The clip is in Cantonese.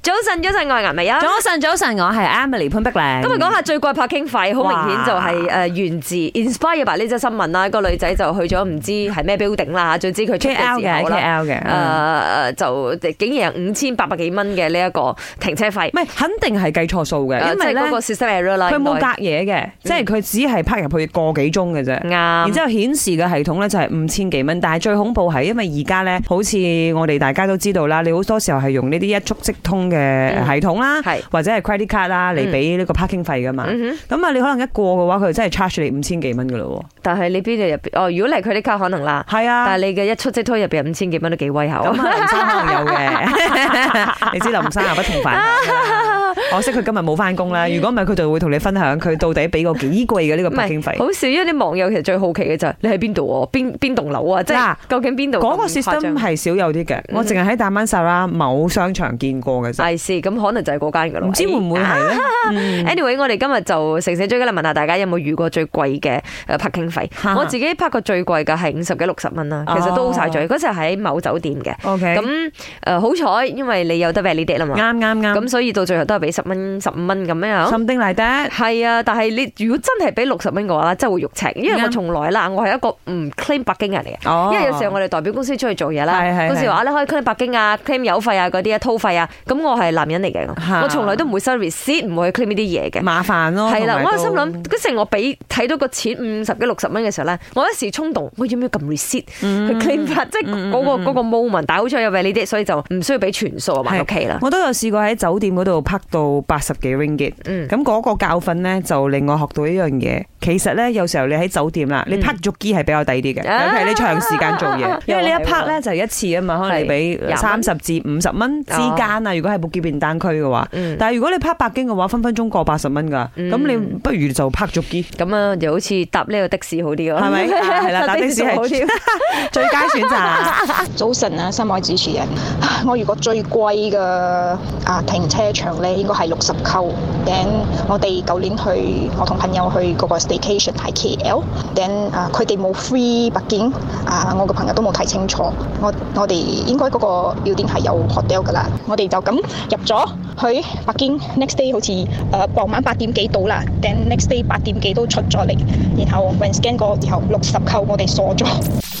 早晨，早晨，我係顏美欣。早晨，早晨，我係 Emily 潘碧玲。啊今日講下最貴拍經費，好明顯就係哇誒源自 Inspire by 呢則新聞啦。個女仔就去咗唔知係咩 building 啦，總之佢出嘅 K L 時嘅候，K 啦，啊 L 嘅，誒嗯就竟然係五千八百幾蚊嘅呢一個停車費唔，係肯定係計錯數嘅，誒因啊即為係咧嗰個 system error 啦。佢冇應隔該嘢嘅，即係佢只係拍入去個幾鐘嘅啫。然嗯啱之。後顯示嘅系統咧就係五千幾蚊，但係最恐怖係因為而家咧，好似我哋大家都知道啦，你好多時候係用呢啲一觸即通嘅嗯系統啦，係或者係 credit card 啦嚟俾呢個 parking 費噶嘛。嗯哼，咁啊，你可能一過嘅話，佢真係 charge 你五千幾蚊噶咯但係你邊度入邊？哦，如果嚟佢啲卡可能啦，喎。係啊但。係你嘅一出即推入邊五千幾蚊都幾威口咁。啊，林生可能有嘅，你 知林生啊不同凡響㗎啦，可惜佢今日冇翻工啦。嗯如果唔係，佢就會同你分享佢到底俾過幾貴嘅呢個 唔北京係費。好少，因為啲網友其實最好奇嘅就係你喺邊度喎，邊邊棟樓啊，即係嗱究竟邊度嗰個咁誇張嗯 system 係少有啲嘅，我淨係喺大曼薩拉某商場見過嘅啫， I see，咁可能就係嗰間噶咯。哎啊唔知會唔會係咧？嗯 Anyway，我哋今日就成成追嘅啦，問下大家有冇遇過最貴嘅誒拍傾費？我自己拍過最貴嘅係五十幾六十蚊啦，其實都好晒嘴。嗰時係喺某酒店嘅，哦 OK，咁誒好彩，因為你有得 validate 啦嘛，啱啱啱咁所以到最後都係俾十蚊、十五蚊咁樣。 ，something like that，係啊，但係你如果真係俾六十蚊嘅話咧，真係會肉赤，因為我啱從來啦，我係一個唔 claim 北京人嚟嘅。哦因為有時候我哋代表公司出去做嘢啦係係，係公司話啊你可以 claim 白京啊、claim 油費啊嗰啲啊、掏費啊，咁我係男人嚟嚇嘅，我從來都唔會收 receipt，唔會去 claim 呢啲嘢嘅。麻煩咯，係啦，同埋我都心諗嗰時我俾睇到個錢五十幾六十蚊嘅時候咧，我一時衝動，我要唔要撳 receipt 嗯去 claim 翻？即係嗰個嗰個 moment，但係好彩有 v a l i d 所以就唔需要俾全數啊，係埋屋企啦。我都有試過喺酒店嗰度拍到八十幾 ringgit，嗯咁嗰個教訓呢，就令我學到一樣嘢，其實呢，有時候你喺酒店啦，你拍足機係比較抵啲嘅，啊尤其係你長時間做嘢， 因為你一拍呢就一次啊嘛，可能你俾係三十至五十蚊之間啊，如果係冇結便單區嘅話，嗯但係如果你拍百經嘅話，分分鐘過八十蚊㗎，咁你不如就拍足機。咁啊，就好似搭呢個的士好啲咯，係 咪啊係啦搭的 士係好啲。 最佳選擇。早晨啊，三位主持人，唉我如果最貴嘅啊停車場咧，應該係六十溝。等我哋舊年去，我同朋友去嗰個 station 係 KL，等啊佢哋冇 free 北京啊，我個朋友都冇睇清楚。我我哋應該嗰個 building 係有 hotel 㗎啦，我哋就咁入咗去北京，next day 好似誒、呃傍晚八點幾到啦，等 next day 八點幾都出咗嚟，然後 when scan 過之後六十溝我哋鎖咗。